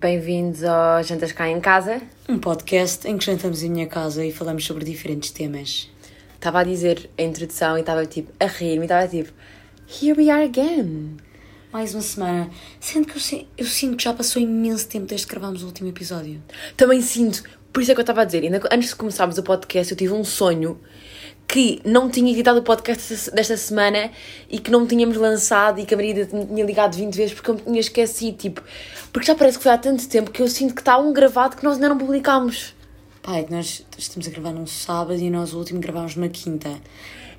bem-vindos ao Jantas Cá em Casa. Um podcast em que jantamos em minha casa e falamos sobre diferentes temas. Estava a dizer a introdução e estava tipo a rir-me, estava tipo Here we are again. Mais uma semana. Sendo que eu, si- eu sinto que já passou imenso tempo desde que gravámos o último episódio. Também sinto, por isso é que eu estava a dizer, ainda antes de começarmos o podcast, eu tive um sonho que não tinha editado o podcast desta- desta semana e que não tínhamos lançado e que a Maria me tinha ligado 20 vezes porque eu me tinha esquecido, tipo, porque já parece que foi há tanto tempo que eu sinto que está um gravado que nós ainda não publicámos. Pá, é que nós estamos a gravar num sábado e nós o último gravámos numa quinta.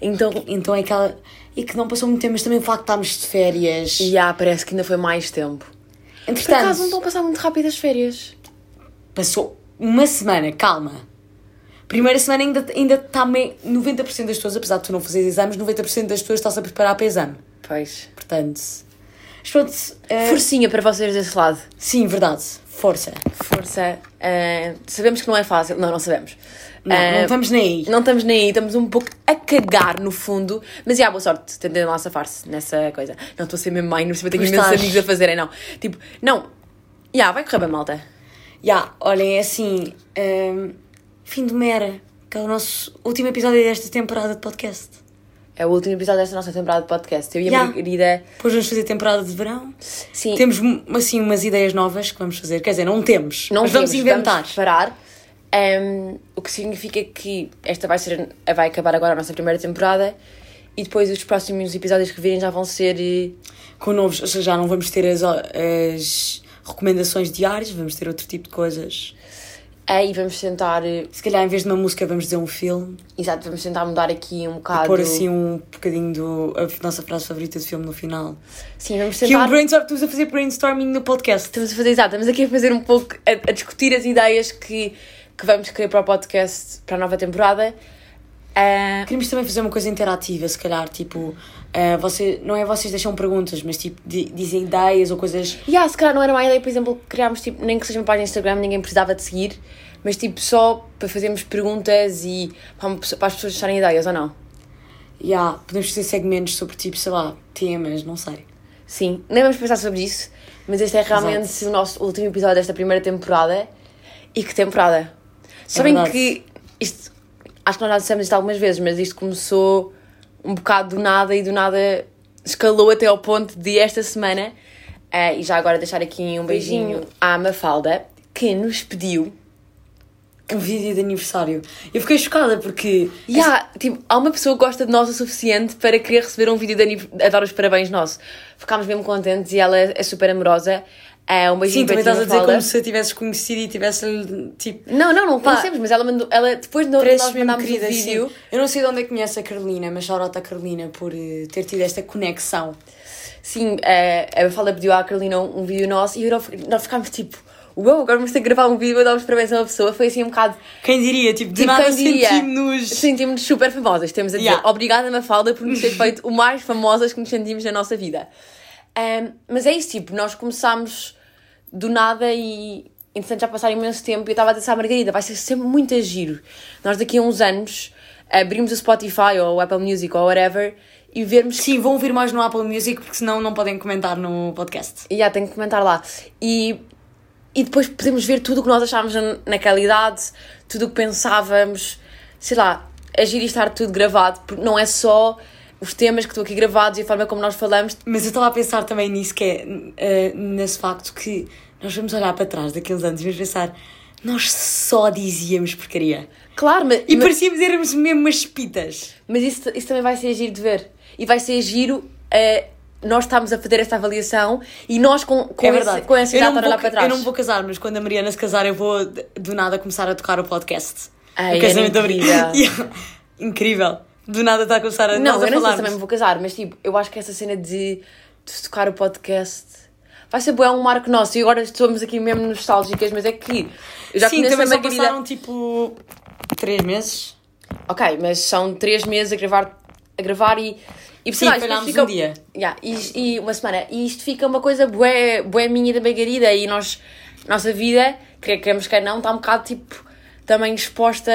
Então, Então é aquela. E que não passou muito tempo, mas também o facto de estarmos de férias. já, yeah, parece que ainda foi mais tempo. Por acaso não estão a Entretanto, passar muito rápido as férias. passou uma semana, calma. Primeira semana ainda está ainda tá meio- 90% das pessoas, apesar de tu não fazeres exames, 90% das pessoas está-se a preparar para exame. Pois. Portanto. Mas pronto. eh, Forcinha para vocês desse lado. Sim, verdade. Força. Força. Ah, sabemos que não é fácil. Não, não sabemos. Não, Ah, não estamos nem aí. não estamos nem aí, estamos um pouco a cagar no fundo. Mas já, boa sorte, tentem lá safar-se nessa coisa. Não estou a ser mesmo mãe, não percebo, tenho Pois imensos estás. amigos a fazerem, não. Tipo, não. Já, vai correr bem, malta. Já, olhem, é assim. hum, fim de uma era. Que é o nosso último episódio desta temporada de podcast. É o último episódio desta nossa temporada de podcast. Eu e a Já. Margarida. Depois vamos fazer temporada de verão. Sim. Temos, hum, assim, umas ideias novas que vamos fazer. Quer dizer, não temos. Não mas vamos vimos, inventar. Vamos parar. Ahm, o que significa que esta vai ser vai acabar agora a nossa primeira temporada e depois os próximos episódios que virem já vão ser eh, Com novos, ou seja, já não vamos ter as, as recomendações diárias, vamos ter outro tipo de coisas. aí vamos tentar eh, Se calhar, em vez de uma música, vamos dizer um filme. exato vamos tentar mudar aqui um bocado Pôr assim um bocadinho do, a nossa frase favorita de filme no final. sim vamos Que é tentar o brainstorm, estamos a fazer brainstorming no podcast. estamos a fazer exato estamos aqui a fazer um pouco a, a discutir as ideias que que vamos querer para o podcast para a nova temporada Ah, Queremos também fazer uma coisa interativa, se calhar, tipo, eh, você, não é vocês deixam perguntas, mas tipo, di- dizem ideias ou coisas. E yeah, se calhar não era má ideia, por exemplo, criarmos tipo, nem que seja uma página no Instagram, ninguém precisava de seguir, mas tipo só para fazermos perguntas e para, uma pessoa- para as pessoas acharem ideias ou não. Ya, podemos fazer segmentos sobre tipo, sei lá, temas, não sei. Sim, nem vamos pensar sobre isso, mas este é realmente Exato. o nosso último episódio desta primeira temporada. E que temporada! Sabem É verdade. que isto, acho que nós já dissemos isto algumas vezes, mas isto começou um bocado do nada e do nada escalou até ao ponto de esta semana. eh, e já agora deixar aqui um beijinho, Beijinho. à Mafalda, que nos pediu Um vídeo de aniversário. Eu fiquei chocada porque. E há, tipo, há uma pessoa que gosta de nós o suficiente para querer receber um vídeo de aniv- a dar os parabéns nosso. Ficámos mesmo contentes e ela é é super amorosa. É um beijinho Sim, assim, também para estás ti, a dizer Mafalda. como se a tivesses conhecido e tivesse tipo. Não, não, não Pá. conhecemos, mas ela mandou. Ela, depois de Parece nós mesmo mandámos querida, o vídeo. sim. Eu não sei de onde é que conhece a Carolina, mas chorota a Carolina por eh, ter tido esta conexão. Sim, eh, a, a Mafalda pediu à Carolina um, um vídeo nosso e eu- nós ficámos tipo. Uau, agora vamos ter que gravar um vídeo a dar os parabéns a uma pessoa. Foi assim um bocado. Quem diria, tipo, de tipo, nada quem diria? sentimos-nos. Sentimos-nos super famosas. Temos a dizer Yeah. obrigada, Mafalda, por nos ter feito o mais famosas que nos sentimos na nossa vida. Ahm, mas é isso, tipo, nós começámos do nada e, entretanto, já passaram imenso tempo. E eu estava a pensar, Margarida, vai ser sempre muito a giro. Nós daqui a uns anos abrimos o Spotify ou o Apple Music ou whatever e vermos Sim, vão ouvir mais no Apple Music porque senão não podem comentar no podcast. E Já, tenho que comentar lá. E, e depois podemos ver tudo o que nós achávamos na- naquela idade, tudo o que pensávamos, sei lá, agir e estar tudo gravado, porque não é só os temas que estão aqui gravados e a forma como nós falamos. Mas eu estava a pensar também nisso, que é eh, nesse facto que nós vamos olhar para trás daqueles anos e vamos pensar, nós só dizíamos porcaria. Claro, mas, E mas, parecíamos éramos mesmo umas pitas. mas isso, isso também vai ser giro de ver. E vai ser giro eh, nós estamos a fazer esta avaliação e nós com, com, é esse- verdade. com essa eu, idade não a vou, olhar para trás. eu não vou casar, mas quando a Mariana se casar, eu vou de- do nada começar a tocar o podcast. Ai, o casamento era da Mariana. Yeah. Incrível. Do nada está a começar a Não, nós a eu não sei se falarmos. também me vou casar, mas tipo, eu acho que essa cena de, de tocar o podcast vai ser bom, é um marco nosso. E agora estamos aqui mesmo nostálgicas, mas é que eu já Sim, conheço também a só Margarida. passaram tipo três meses. Ok, mas são três meses a gravar, a gravar e. E Sim, sei lá, isto falhámos fica- um dia. Yeah, e, e uma semana. E isto fica uma coisa bué, bué minha e da Margarida e nós, nossa vida, quer queremos que não, está um bocado tipo também exposta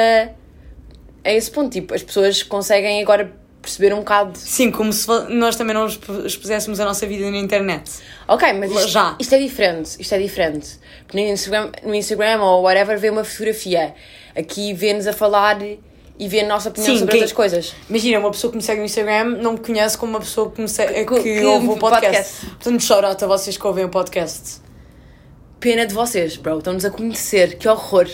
a esse ponto. Tipo, as pessoas conseguem agora perceber um bocado. Sim, como se fo- nós também não expo- expuséssemos a nossa vida na internet. Ok, mas isto, Já. isto é diferente. Isto é diferente. Porque no Instagram, no Instagram ou whatever vê uma fotografia. Aqui vê-nos a falar e vê a nossa opinião Sim, sobre quem- outras coisas. Imagina, uma pessoa que me segue no Instagram não me conhece como uma pessoa que, me segue, que, que ouve o ouve podcast. Portanto, shout out a vocês que ouvem o podcast. Pena de vocês, bro. Estão-nos a conhecer. Que horror.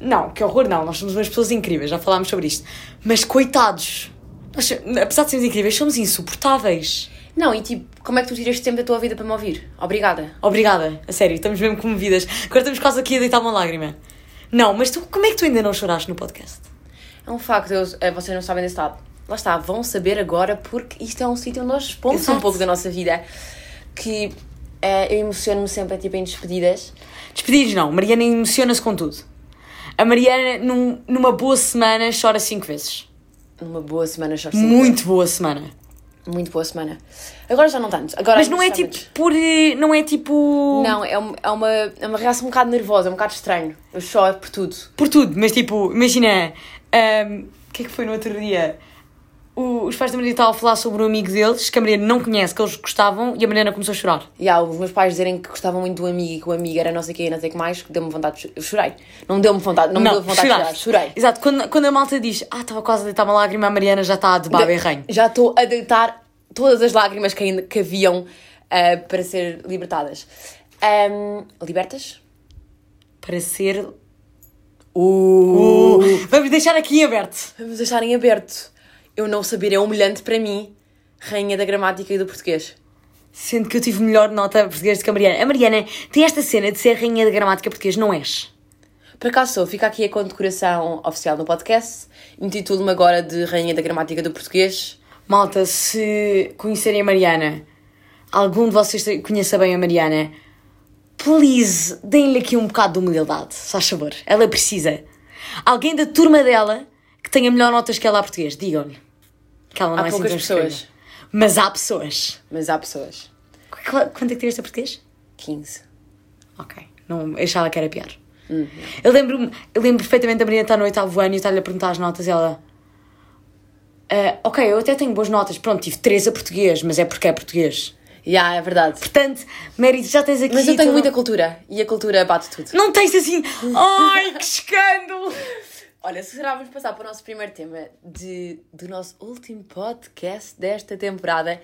Não, que horror, não. Nós somos umas pessoas incríveis, já falámos sobre isto. Mas coitados, nós, apesar de sermos incríveis, somos insuportáveis. Não, e tipo, como é que tu tiras tempo da tua vida para me ouvir? Obrigada. Obrigada, a sério, estamos mesmo comovidas. Agora estamos quase aqui a deitar uma lágrima. Não, mas tu, como é que tu ainda não choraste no podcast? É um facto, eu, eh, vocês não sabem desse lado. Lá está, vão saber agora porque isto é um sítio onde nós expomos Exato. um pouco da nossa vida. Que eh, eu emociono-me sempre tipo, em despedidas. Despedidos não, Mariana emociona-se com tudo. A Mariana, num- numa boa semana, chora cinco vezes. Numa boa semana, choro sempre. Muito boa semana. Muito boa semana. Agora já não tanto. Agora Mas não é estamos- tipo por. eh, Não é tipo. Não, é, um- é uma, é uma reação um bocado nervosa, é um bocado estranho. Eu choro por tudo. Por tudo, mas tipo, imagina. ahm, O que é que foi no outro dia? O- os pais da Mariana estavam a falar sobre um amigo deles que a Mariana não conhece, que eles gostavam, e a Mariana começou a chorar. E há os meus pais dizerem que gostavam muito do amigo e que o amigo era não sei quem, não sei o que mais, que deu-me vontade de chorar. Eu chorei. Não deu-me vontade, não, me deu vontade de chorar, chorei. Exato, quando, quando a malta diz, ah, estava quase a deitar uma lágrima, a Mariana já está de baba em ranho. Já estou a deitar todas as lágrimas que, ainda, que haviam ah, para ser libertadas. Ahm, libertas? Para ser. Uh, Vamos deixar aqui em aberto. Vamos deixar em aberto. Eu não saber é humilhante para mim, rainha da gramática e do português. Sendo que eu tive melhor nota em português do que a Mariana. A Mariana tem esta cena de ser rainha da gramática português, não és? Por acaso sou, fica aqui a condecoração oficial no podcast. Intitulo-me agora de Rainha da Gramática do Português. Malta, se conhecerem a Mariana, algum de vocês te- conheça bem a Mariana, please, deem-lhe aqui um bocado de humildade, se faz favor. Ela é precisa. Alguém da turma dela que tenha melhor notas que ela a português, digam-lhe. Que ela não Há é assim poucas tão escrota. pessoas. Mas há pessoas. Mas há pessoas. Qu- qu- Quanto é que tiveste a português? 15. Ok. Não, eu achava que era pior. Uhum. Eu lembro-me, eu lembro perfeitamente da Mariana estar no oitavo ano e eu estar-lhe a perguntar as notas e ela. "Ah, ok, eu até tenho boas notas. Pronto, tive três a português, mas é porque é português. Já, é verdade. Portanto, Mary, tu já tens aqui. Mas eu tenho tu muita não... cultura e a cultura bate tudo. Não tens assim. Ai, que escândalo! Olha, se calhar vamos passar para o nosso primeiro tema de, do nosso último podcast desta temporada.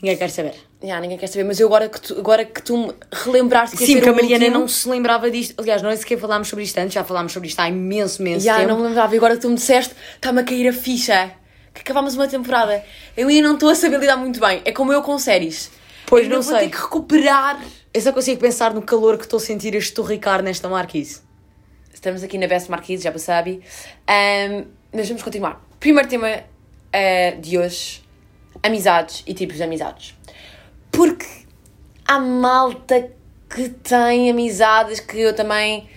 Ninguém quer saber. Já, ninguém quer saber, mas eu agora que tu, agora que tu me relembraste que Sim, ia ser porque a o Mariana último, não se lembrava disto. Aliás, nós sequer falámos sobre isto antes, já falámos sobre isto há imenso, imenso Já, tempo. não me lembrava. E agora que tu me disseste, está-me a cair a ficha. Que acabámos uma temporada. Eu ainda não estou a saber lidar muito bem. É como eu com séries. Pois, Ainda não vou sei. ter que recuperar. Eu só consigo pensar no calor que estou a sentir a estorricar nesta marquise. Estamos aqui na Best Marquise, já você sabe. Ahm, mas vamos continuar. Primeiro tema ah, de hoje: amizades e tipos de amizades. Porque há malta que tem amizades que eu também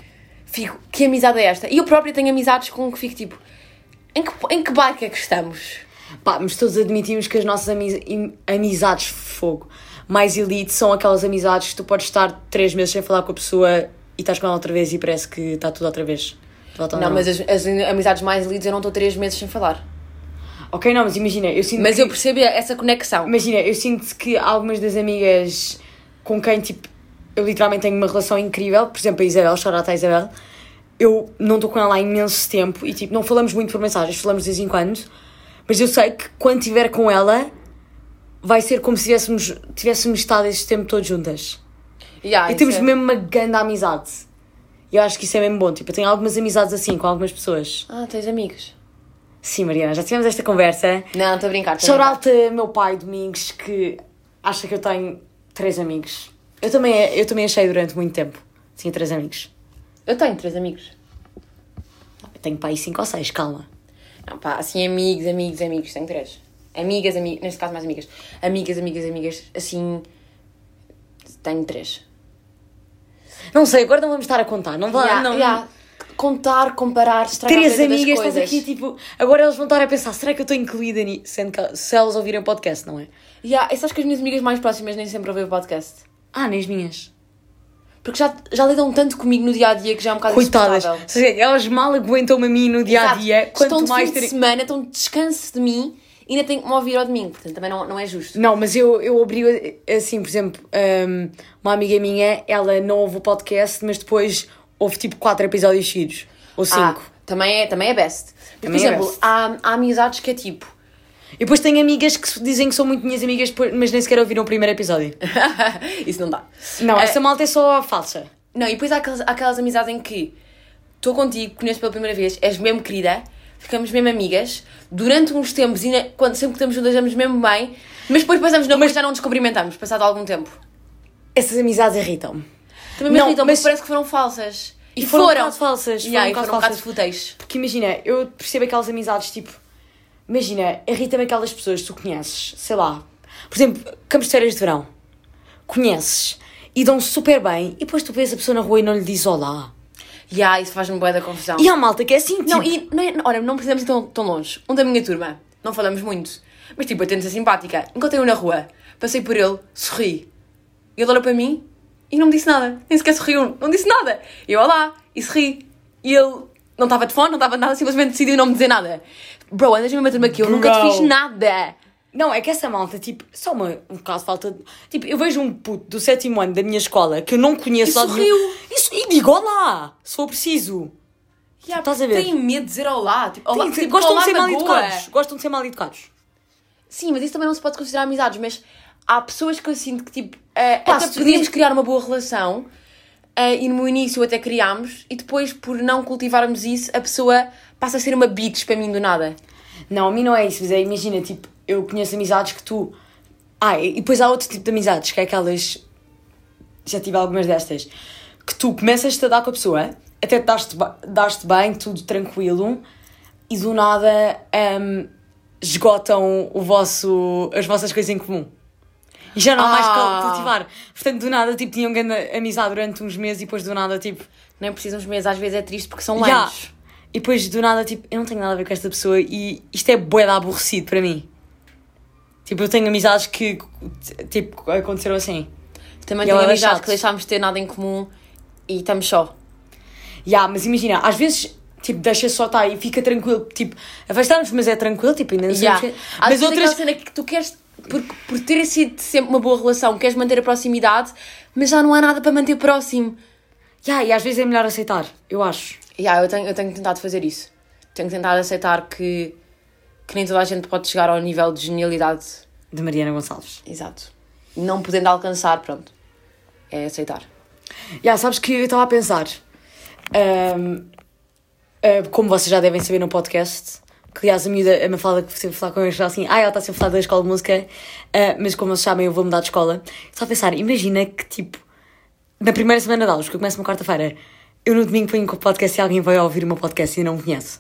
fico. Que amizade é esta? E eu própria tenho amizades com que fico tipo: em que, em que barco é que estamos? Pá, mas todos admitimos que as nossas ami- im- amizades fogo mais elite são aquelas amizades que tu podes estar três meses sem falar com a pessoa e estás com ela outra vez e parece que está tudo outra vez. Volta ao Não, normal. mas as, as amizades mais lidas eu não estou três meses sem falar. Ok, não, mas imagina, eu sinto Mas que... eu percebo essa conexão. Imagina, eu sinto que algumas das amigas com quem, tipo, eu literalmente tenho uma relação incrível, por exemplo, a Isabel, chorata a Isabel, eu não estou com ela há imenso tempo e, tipo, não falamos muito por mensagens, falamos de vez em quando, mas eu sei que quando estiver com ela, vai ser como se tivéssemos, tivéssemos estado este tempo todo juntas. Yeah, E isso temos é- mesmo uma grande amizade. E eu acho que isso é mesmo bom. Tipo, eu tenho algumas amizades assim com algumas pessoas. Ah, tens amigos. Sim, Mariana, já tivemos esta conversa. Não, estou a brincar. tô a Shout brincar. out a meu pai, Domingos, que acha que eu tenho três amigos. Eu também, é, eu também achei durante muito tempo. Tinha três amigos. Eu tenho três amigos. Eu tenho pai cinco ou seis, calma. Não, pá, assim, amigos, amigos, amigos, tenho três. Amigas, amigas, neste caso mais amigas. Amigas, amigas, amigas, assim. Tenho três. Não sei, agora não vamos estar a contar. Não, vá- Yeah, não, yeah. Contar, comparar, estragar Três a amigas, amigas, estás aqui tipo. Agora eles vão estar a pensar, será que eu estou incluída nisso? Sendo que se elas ouvirem o podcast, não é? Yeah, eu acho que as minhas amigas mais próximas nem sempre ouvem o podcast. Ah, nem as minhas. Porque já, já lidam tanto comigo no dia a dia que já é um bocado Coitadas. insuportável. Ou seja, elas mal aguentam-me a mim no dia a dia. Exato. Quanto estão de mais um fim de terem. semana, estão de descanso de mim ainda tenho que me ouvir ao domingo, portanto também não, não é justo. Não, mas eu, eu obrigo, assim, por exemplo, hum, uma amiga minha, ela não ouve o podcast, mas depois ouve tipo quatro episódios seguidos, ou cinco. Ah, também é, também é best. Porque, Também é por exemplo, best. Há, há amizades que é tipo. E depois tenho amigas que se- dizem que são muito minhas amigas, pois- mas nem sequer ouviram o primeiro episódio. Isso não dá. Não, É. essa malta é só falsa. Não, e depois há aquelas, há aquelas amizades em que estou contigo, conheço pela primeira vez, és mesmo querida, ficamos mesmo amigas, durante uns tempos, e na- quando sempre que estamos juntas, estamos mesmo bem, mas depois passamos, não, mas já não nos cumprimentamos, passado algum tempo. Essas amizades irritam-me. Também me Não, irritam, mas mas- parece que foram falsas. E foram um bocado falsas, Yeah, foram um e bocado foram um bocado falsas. fúteis. Porque imagina, eu percebo aquelas amizades tipo. Imagina, irrita-me aquelas pessoas que tu conheces, sei lá. Por exemplo, campos de férias de verão. Conheces e dão super bem, e depois tu vês a pessoa na rua e não lhe diz olá. Yeah, isso faz-me boa da confusão. E há malta que é assim, tipo. Não, e não é, olha, não precisamos ir tão, tão longe. Um da minha turma, não falamos muito, mas tipo, eu tento ser simpática. Encontrei-o na rua, passei por ele, sorri. Ele olhou para mim e não me disse nada. Nem sequer sorriu, não disse nada. Eu, olá, e sorri. E ele não estava de fone, não estava nada, simplesmente decidiu não me dizer nada. Bro, andas na mesma turma que eu, nunca te Bro. fiz nada. Não, é que essa malta, tipo, só uma, um bocado de falta de. Tipo, eu vejo um puto do sétimo ano da minha escola que eu não conheço E lá de sorriu. nenhum- E, so- e digo olá, se for preciso. Yeah, Estás a ver? Tenho medo de dizer olá. Tipo, olá Tem- tipo, gostam olá, de ser mal magoa. educados. Gostam de ser mal educados. Sim, mas isso também não se pode considerar amizades, mas há pessoas que eu sinto que, tipo, eh, Pá, até se tu podíamos dizes- criar uma boa relação eh, e no início até criámos e depois, por não cultivarmos isso, a pessoa passa a ser uma bitch para mim do nada. Não, a mim não é isso, mas é, imagina, tipo, eu conheço amizades que tu. Ah, e e depois há outro tipo de amizades, que é aquelas. Já tive algumas destas. Que tu começas-te a dar com a pessoa, até te dás-te ba- dás-te bem, tudo tranquilo, e do nada hum, esgotam o vosso, as vossas coisas em comum. E já não há mais Ah. que cultivar. Portanto, do nada, tipo, tinham grande amizade durante uns meses e depois do nada, tipo. Nem precisam uns meses, às vezes é triste porque são "Ya". anos. E depois do nada, tipo, eu não tenho nada a ver com esta pessoa e isto é bué de aborrecido para mim. Tipo, eu tenho amizades que, tipo, aconteceram assim. Também E tenho ela é amizades chato. que deixámos de ter nada em comum e estamos só. Ya, mas imagina, às vezes, tipo, deixa só estar e fica tranquilo. Tipo, afastamos, mas é tranquilo, tipo, ainda não Ya. sabemos que- Às Mas vezes aquela outras. cena que tu queres, por, por ter sido sempre uma boa relação, queres manter a proximidade, mas já não há nada para manter próximo. Ya, e às vezes é melhor aceitar, eu acho. Yeah, eu, tenho, eu tenho tentado fazer isso. Tenho tentado aceitar que, que nem toda a gente pode chegar ao nível de genialidade. De Mariana Gonçalves. Exato. Não podendo alcançar, pronto. É aceitar. Ya, sabes que eu estava a pensar. ahm, ah, como vocês já devem saber no podcast, que aliás a miúda, a Mafalda que sempre falar com eu, já assim, ah, ela está sempre a falar da escola de música, ah, mas como vocês sabem, eu vou mudar de escola. Estava a pensar, imagina que tipo, na primeira semana de aulas, que eu começo uma quarta-feira, eu no domingo ponho com o podcast e alguém vai ouvir o meu podcast e não me conhece.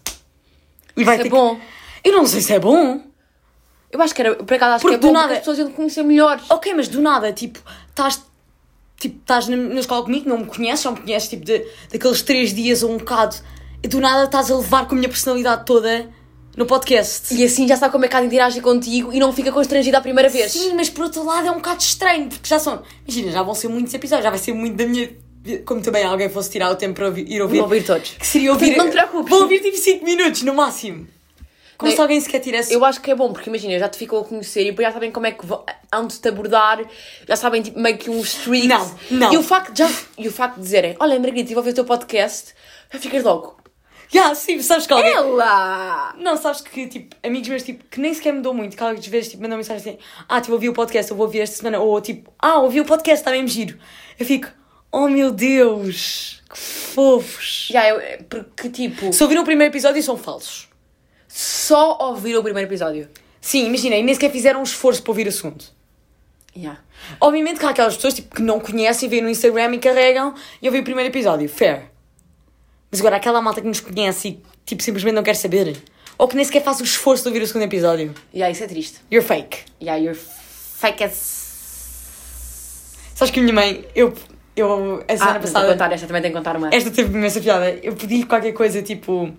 E vai Isso é ter que- bom. Eu não sei se é bom. Eu acho que era, por acaso, acho Porque que do é bom nada- porque as pessoas iam te conhecer melhor. Ok, mas do nada, tipo, estás tipo, estás na, na escola comigo, não me conheces, só me conheces tipo de, daqueles três dias ou um bocado, e do nada estás a levar com a minha personalidade toda no podcast. E assim já sabe como é que ela interage contigo e não fica constrangida a primeira vez. Sim, mas por outro lado é um bocado estranho, porque já são. Imagina, já vão ser muitos episódios, já vai ser muito da minha. Como também alguém fosse tirar o tempo para ouvir, ir ouvir. Vou ouvir todos. Que seria ouvir. Não te preocupes. Vou ouvir tipo 5 minutos no máximo. Como Não, se alguém sequer tivesse. Eu acho que é bom, porque imagina, já te ficam a conhecer e depois já sabem como é que vão- hão de te abordar, já sabem tipo, meio que uns tricks. Não, não. E o facto de, já, e o facto de dizerem, olha Margarida, estive a ouvir o teu podcast, já ficas logo. Já, sim, sabes que É, alguém. Ela! Não, sabes que, tipo, amigos meus, tipo, que nem sequer me dão muito, que às vezes, tipo, mandam mensagem assim, ah, tipo, ouvi o podcast, eu vou ouvir esta semana, ou, tipo, ah, ouvi o podcast, está mesmo giro. Eu fico, oh meu Deus, que fofos. Já, eu, porque tipo, Se ouviram o primeiro episódio, são falsos. só ouvir o primeiro episódio. Sim, imagina, e nem sequer fizeram um esforço para ouvir o segundo. Já. Obviamente que há aquelas pessoas, tipo, que não conhecem, vêem no Instagram e carregam, e ouvem o primeiro episódio, fair. Mas agora, aquela malta que nos conhece e, tipo, simplesmente não quer saber, ou que nem sequer faz o esforço de ouvir o segundo episódio, Já, isso é triste. you're fake. Já, you're fake as. Sabes que a minha mãe, eu, eu a semana Ah, mas vou passada, contar esta, também tenho que contar uma. esta teve imensa piada. Eu pedi-lhe qualquer coisa, tipo,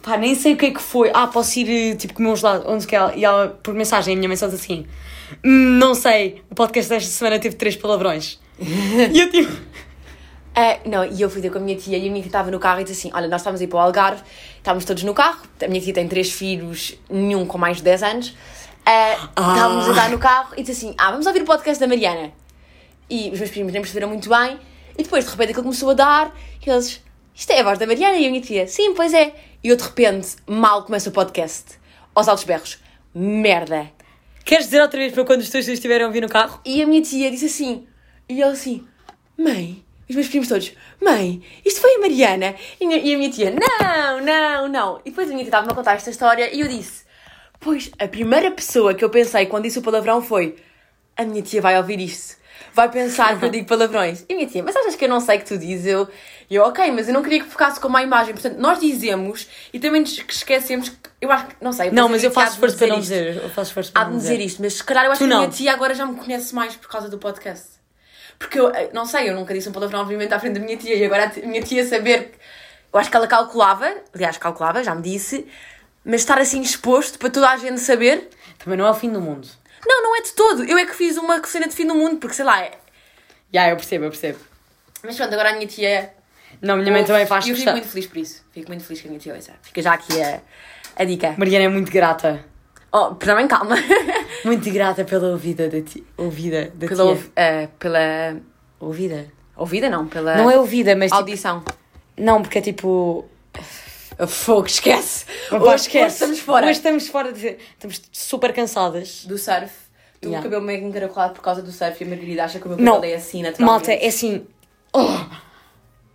pá, nem sei o que é que foi. Ah, posso ir, eh, tipo, comer um gelado, onde que ela, e ela, por mensagem, a minha mãe só diz assim, "Hum, não sei, o podcast desta semana teve três palavrões. e eu, tipo, Ah, Ah, não, e eu fui ter com a minha tia e a minha tia estava no carro e disse assim: Olha, nós estávamos a ir para o Algarve, estávamos todos no carro. A minha tia tem três filhos, nenhum com mais de 10 anos. Ah, Ah. Estávamos a andar no carro e disse assim: Ah, vamos ouvir o podcast da Mariana. E os meus primos nem perceberam muito bem. E depois, de repente, aquilo começou a dar e eles: Isto é a voz da Mariana e a minha tia: Sim, pois é. E eu, de repente, mal começa o podcast, aos altos berros: Merda! Queres dizer outra vez para quando os teus filhos estiverem a ouvir no carro? E a minha tia disse assim, e eu assim, mãe, os meus primos todos, mãe, isto foi a Mariana. E, minha- e a minha tia, não, não, não. E depois a minha tia estava-me a contar esta história e eu disse, pois a primeira pessoa que eu pensei quando disse o palavrão foi, a minha tia vai ouvir isto. Vai pensar que eu digo palavrões. E a minha tia, mas achas que eu não sei que tu dizes? Eu, e eu ok, mas eu não queria que ficasse com má imagem. Portanto, nós dizemos e também nos esquecemos. que- Eu acho que, não sei. pensei Não, mas eu é que há faço de esforço para não isto dizer. Eu faço esforço para há de não me dizer. dizer isto, mas se calhar eu acho Tu que a minha não. tia agora já me conhece mais por causa do podcast. Porque eu, eh, não sei, eu nunca disse um palavrão, obviamente, à frente da minha tia, e agora a ti- minha tia saber. Eu acho que ela calculava, aliás, calculava, já me disse, mas estar assim exposto para toda a gente saber. Também não é o fim do mundo. Não, não é de todo. Eu é que fiz uma cena de fim do mundo, porque sei lá. é- Já, eu percebo, eu percebo. Mas pronto, agora a minha tia. Não, minha mãe também faz E eu fico questão. muito feliz por isso. Fico muito feliz que a minha tia ouça. Fica já aqui a, a dica. Mariana é muito grata. Oh, também calma. Muito grata pela ouvida da tia. Ouvida da pela, tia. ouv- eh, pela. Ouvida? Ouvida não, pela. Não é ouvida, mas tipo, Audição. Não, porque é tipo. Fogo, esquece. Opa, hoje, esquece. hoje estamos fora. Hoje estamos fora de. Estamos super cansadas. Do surf. Tu Yeah. o cabelo meio encaracolado por causa do surf e a Margarida acha que o meu Não. cabelo é assim naturalmente. Malta, é assim. oh,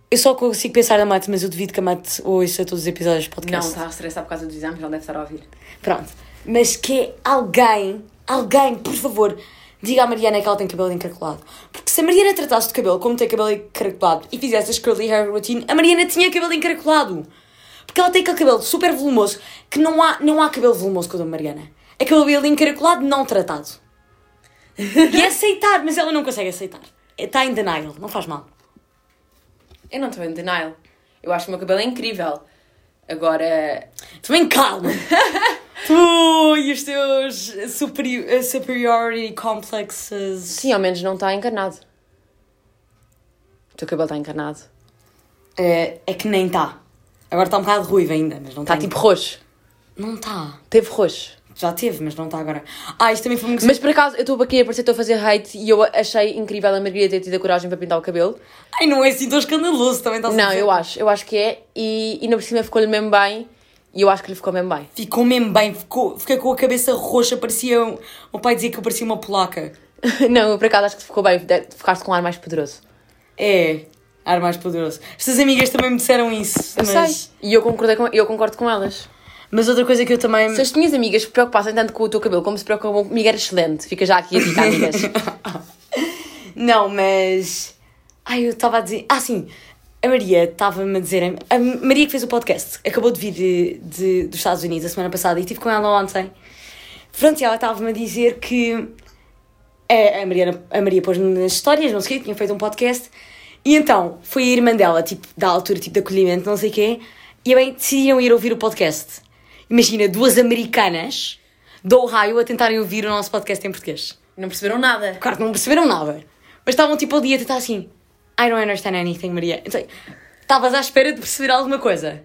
eu só consigo pensar na Mate, mas eu duvido que a Mate ouça todos os episódios de podcast. Não, está a estressar por causa dos exames, não deve estar a ouvir. Pronto. Mas que é alguém, alguém, por favor, diga à Mariana que ela tem cabelo encaracolado. Porque se a Mariana tratasse de cabelo como tem cabelo encaracolado e fizesse as curly hair routine, a Mariana tinha cabelo encaracolado. Porque ela tem aquele cabelo super volumoso que não há, não há cabelo volumoso com o da Mariana. É cabelo encaracolado não tratado. E é aceitar, mas ela não consegue aceitar. Está em denial, não faz mal. Eu não estou em denial. Eu acho que o meu cabelo é incrível. Agora, Também calma! tu e os teus superi- superiority complexes. sim, ao menos não está encarnado. O teu cabelo está encarnado. É, é que nem está. Agora está um bocado ruivo ainda, mas não está. Está tipo roxo. Não está. Teve roxo. Já teve, mas não está agora. Ah, isto também foi muito. Mas por acaso, eu estou aqui a parecer que estou a fazer hate e eu achei incrível a Margarida ter tido a coragem para pintar o cabelo. Ai, não é assim tão escandaloso também está Não, eu acho, eu acho que é. E, e na por cima ficou-lhe mesmo bem. E eu acho que lhe ficou mesmo bem. Ficou mesmo bem, ficou, fiquei com a cabeça roxa, parecia. um- O pai dizia que eu parecia uma polaca. não, eu por acaso acho que ficou bem. de- Ficaste com um ar mais poderoso. É, ar mais poderoso. Estas amigas também me disseram isso. Eu mas... sei. E eu, concordei com, eu concordo com elas. Mas outra coisa que eu também. Se as minhas amigas se preocupassem tanto com o teu cabelo como se preocupam comigo, era excelente. Fica já aqui a dica, amigas. Não, mas. Ai, eu estava a dizer. Ah, sim. A Maria estava-me a dizer. A Maria que fez o podcast acabou de vir de, de- dos Estados Unidos a semana passada e estive com ela ontem. Pronto, e ela estava-me a dizer que. A, a, Mariana, a Maria pôs-me nas histórias, não sei o quê, tinha feito um podcast. E então foi a irmã dela, tipo, da altura, tipo, de acolhimento, não sei o quê. E bem, decidiram ir ouvir o podcast. Imagina, duas americanas do Ohio a tentarem ouvir o nosso podcast em português. Não perceberam nada. Claro que não perceberam nada. Mas estavam tipo ali a tentar assim. I don't understand anything, Maria. Então, estavas à espera de perceber alguma coisa.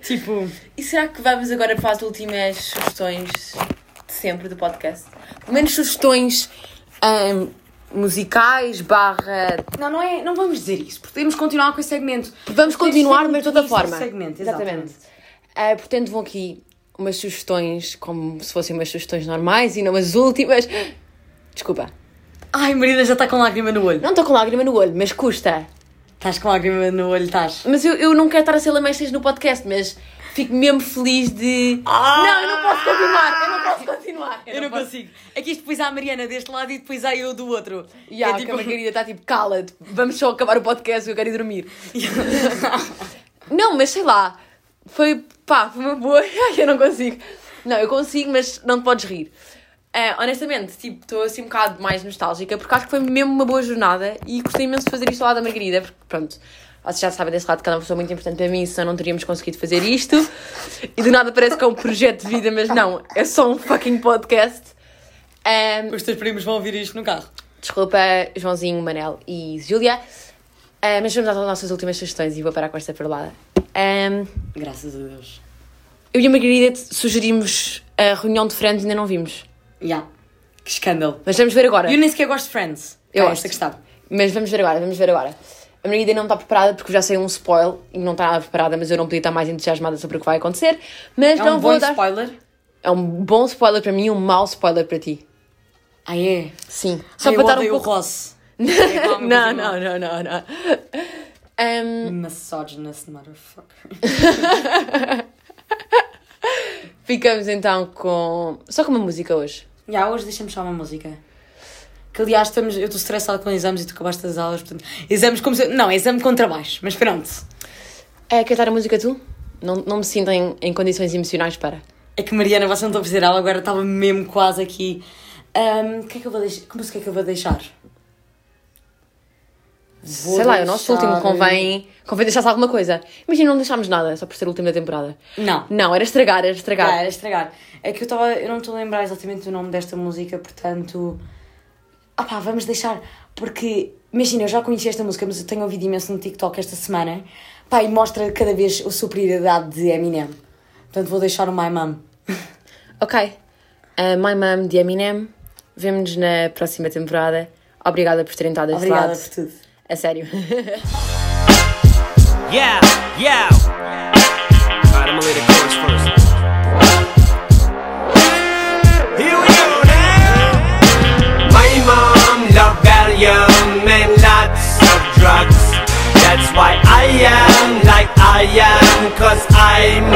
tipo. E será que vamos agora para as últimas sugestões de sempre do podcast? Pelo menos sugestões ahm, musicais, barra. Não, não é. Não vamos dizer isso. Podemos continuar com esse segmento. Vamos continuar, Este mas de segmento outra forma. utiliza esse segmento, exatamente. Ah, portanto, vão aqui umas sugestões, como se fossem umas sugestões normais e não as últimas. Desculpa. Ai, Maria já está com lágrima no olho. Não estou com lágrima no olho, mas custa. Estás com lágrima no olho, estás. Mas eu, eu não quero estar a ser lamechas no podcast, mas fico mesmo feliz de. Ah! Não, eu não posso continuar, eu não posso continuar. Eu não consigo. É que isto depois há a Mariana deste lado e depois há eu do outro. E yeah, é que a Margarida está tipo, cala-te, vamos só acabar o podcast, eu quero ir dormir. Não, mas sei lá, foi pá, foi uma boa. Ai, eu não consigo. Não, eu consigo, mas não te podes rir. Ah, honestamente, tipo, estou assim um bocado mais nostálgica porque acho que foi mesmo uma boa jornada e gostei imenso de fazer isto ao lado da Margarida, porque pronto, vocês já sabem desse lado que ela é uma pessoa muito importante para mim, senão não teríamos conseguido fazer isto. E do nada parece que é um projeto de vida, mas não, é só um fucking podcast. Ah, Os teus primos vão ouvir isto no carro. Desculpa, Joãozinho, Manel e Júlia. Ah, mas vamos às nossas últimas sugestões e vou parar com esta Ehm, perlada. Ahm, Graças a Deus. eu e a Margarida te- sugerimos a reunião de friends, ainda não vimos. Yeah. Que escândalo. Mas vamos ver agora. Eu nem sequer gosto de Friends. Eu Pá, gosto. Esta que estava. Mas vamos ver agora, vamos ver agora. A Margarida não está preparada porque já saiu um spoiler e não está nada preparada, mas eu não podia estar mais entusiasmada sobre o que vai acontecer. Mas não É um Então vou bom dar. spoiler. É um bom spoiler para mim e um mau spoiler para ti. Ah, é? Sim. Só Só Ai, para estar um o pouco. Ross. É igual ao meu Não, irmão. não, não, não, não. Ahm, Misogynist motherfucker. ficamos então com. Só com uma música hoje. Já, hoje deixa-me só uma música. Que aliás, estamos, eu estou estressada com exames e tu acabaste as aulas, portanto. Exames como se. Não, exame com trabalhos, mas pronto. É, quer dar a música tu? Não, não me sinto em, em condições emocionais para. É que Mariana, você não está a fazer aula, agora estava mesmo quase aqui. Ahm, o que é que eu vou deixar? Que música é que eu vou deixar? Vou Sei lá, é o nosso deixar- último convém. Convém deixar-se alguma coisa. Imagina, não deixámos nada, só por ser o último da temporada. Não. Não, era estragar, era estragar. Ah, era estragar. É que eu estava. Eu não estou a lembrar exatamente o nome desta música, portanto. Ah pá, vamos deixar. Porque, imagina, eu já conheci esta música, mas eu tenho ouvido imenso no TikTok esta semana. Pá, e mostra cada vez a superioridade de Eminem. Portanto, vou deixar o My Mom. Ok. Uh, My Mum de Eminem. Vemo-nos na próxima temporada. Obrigada por terem estado desse Obrigada lado. por tudo. A sério. Yeah, yeah. Alright, I'ma lay the chorus first. Here we go now. My mom loved Valium and lots of drugs. That's why I am like I am, cause I'm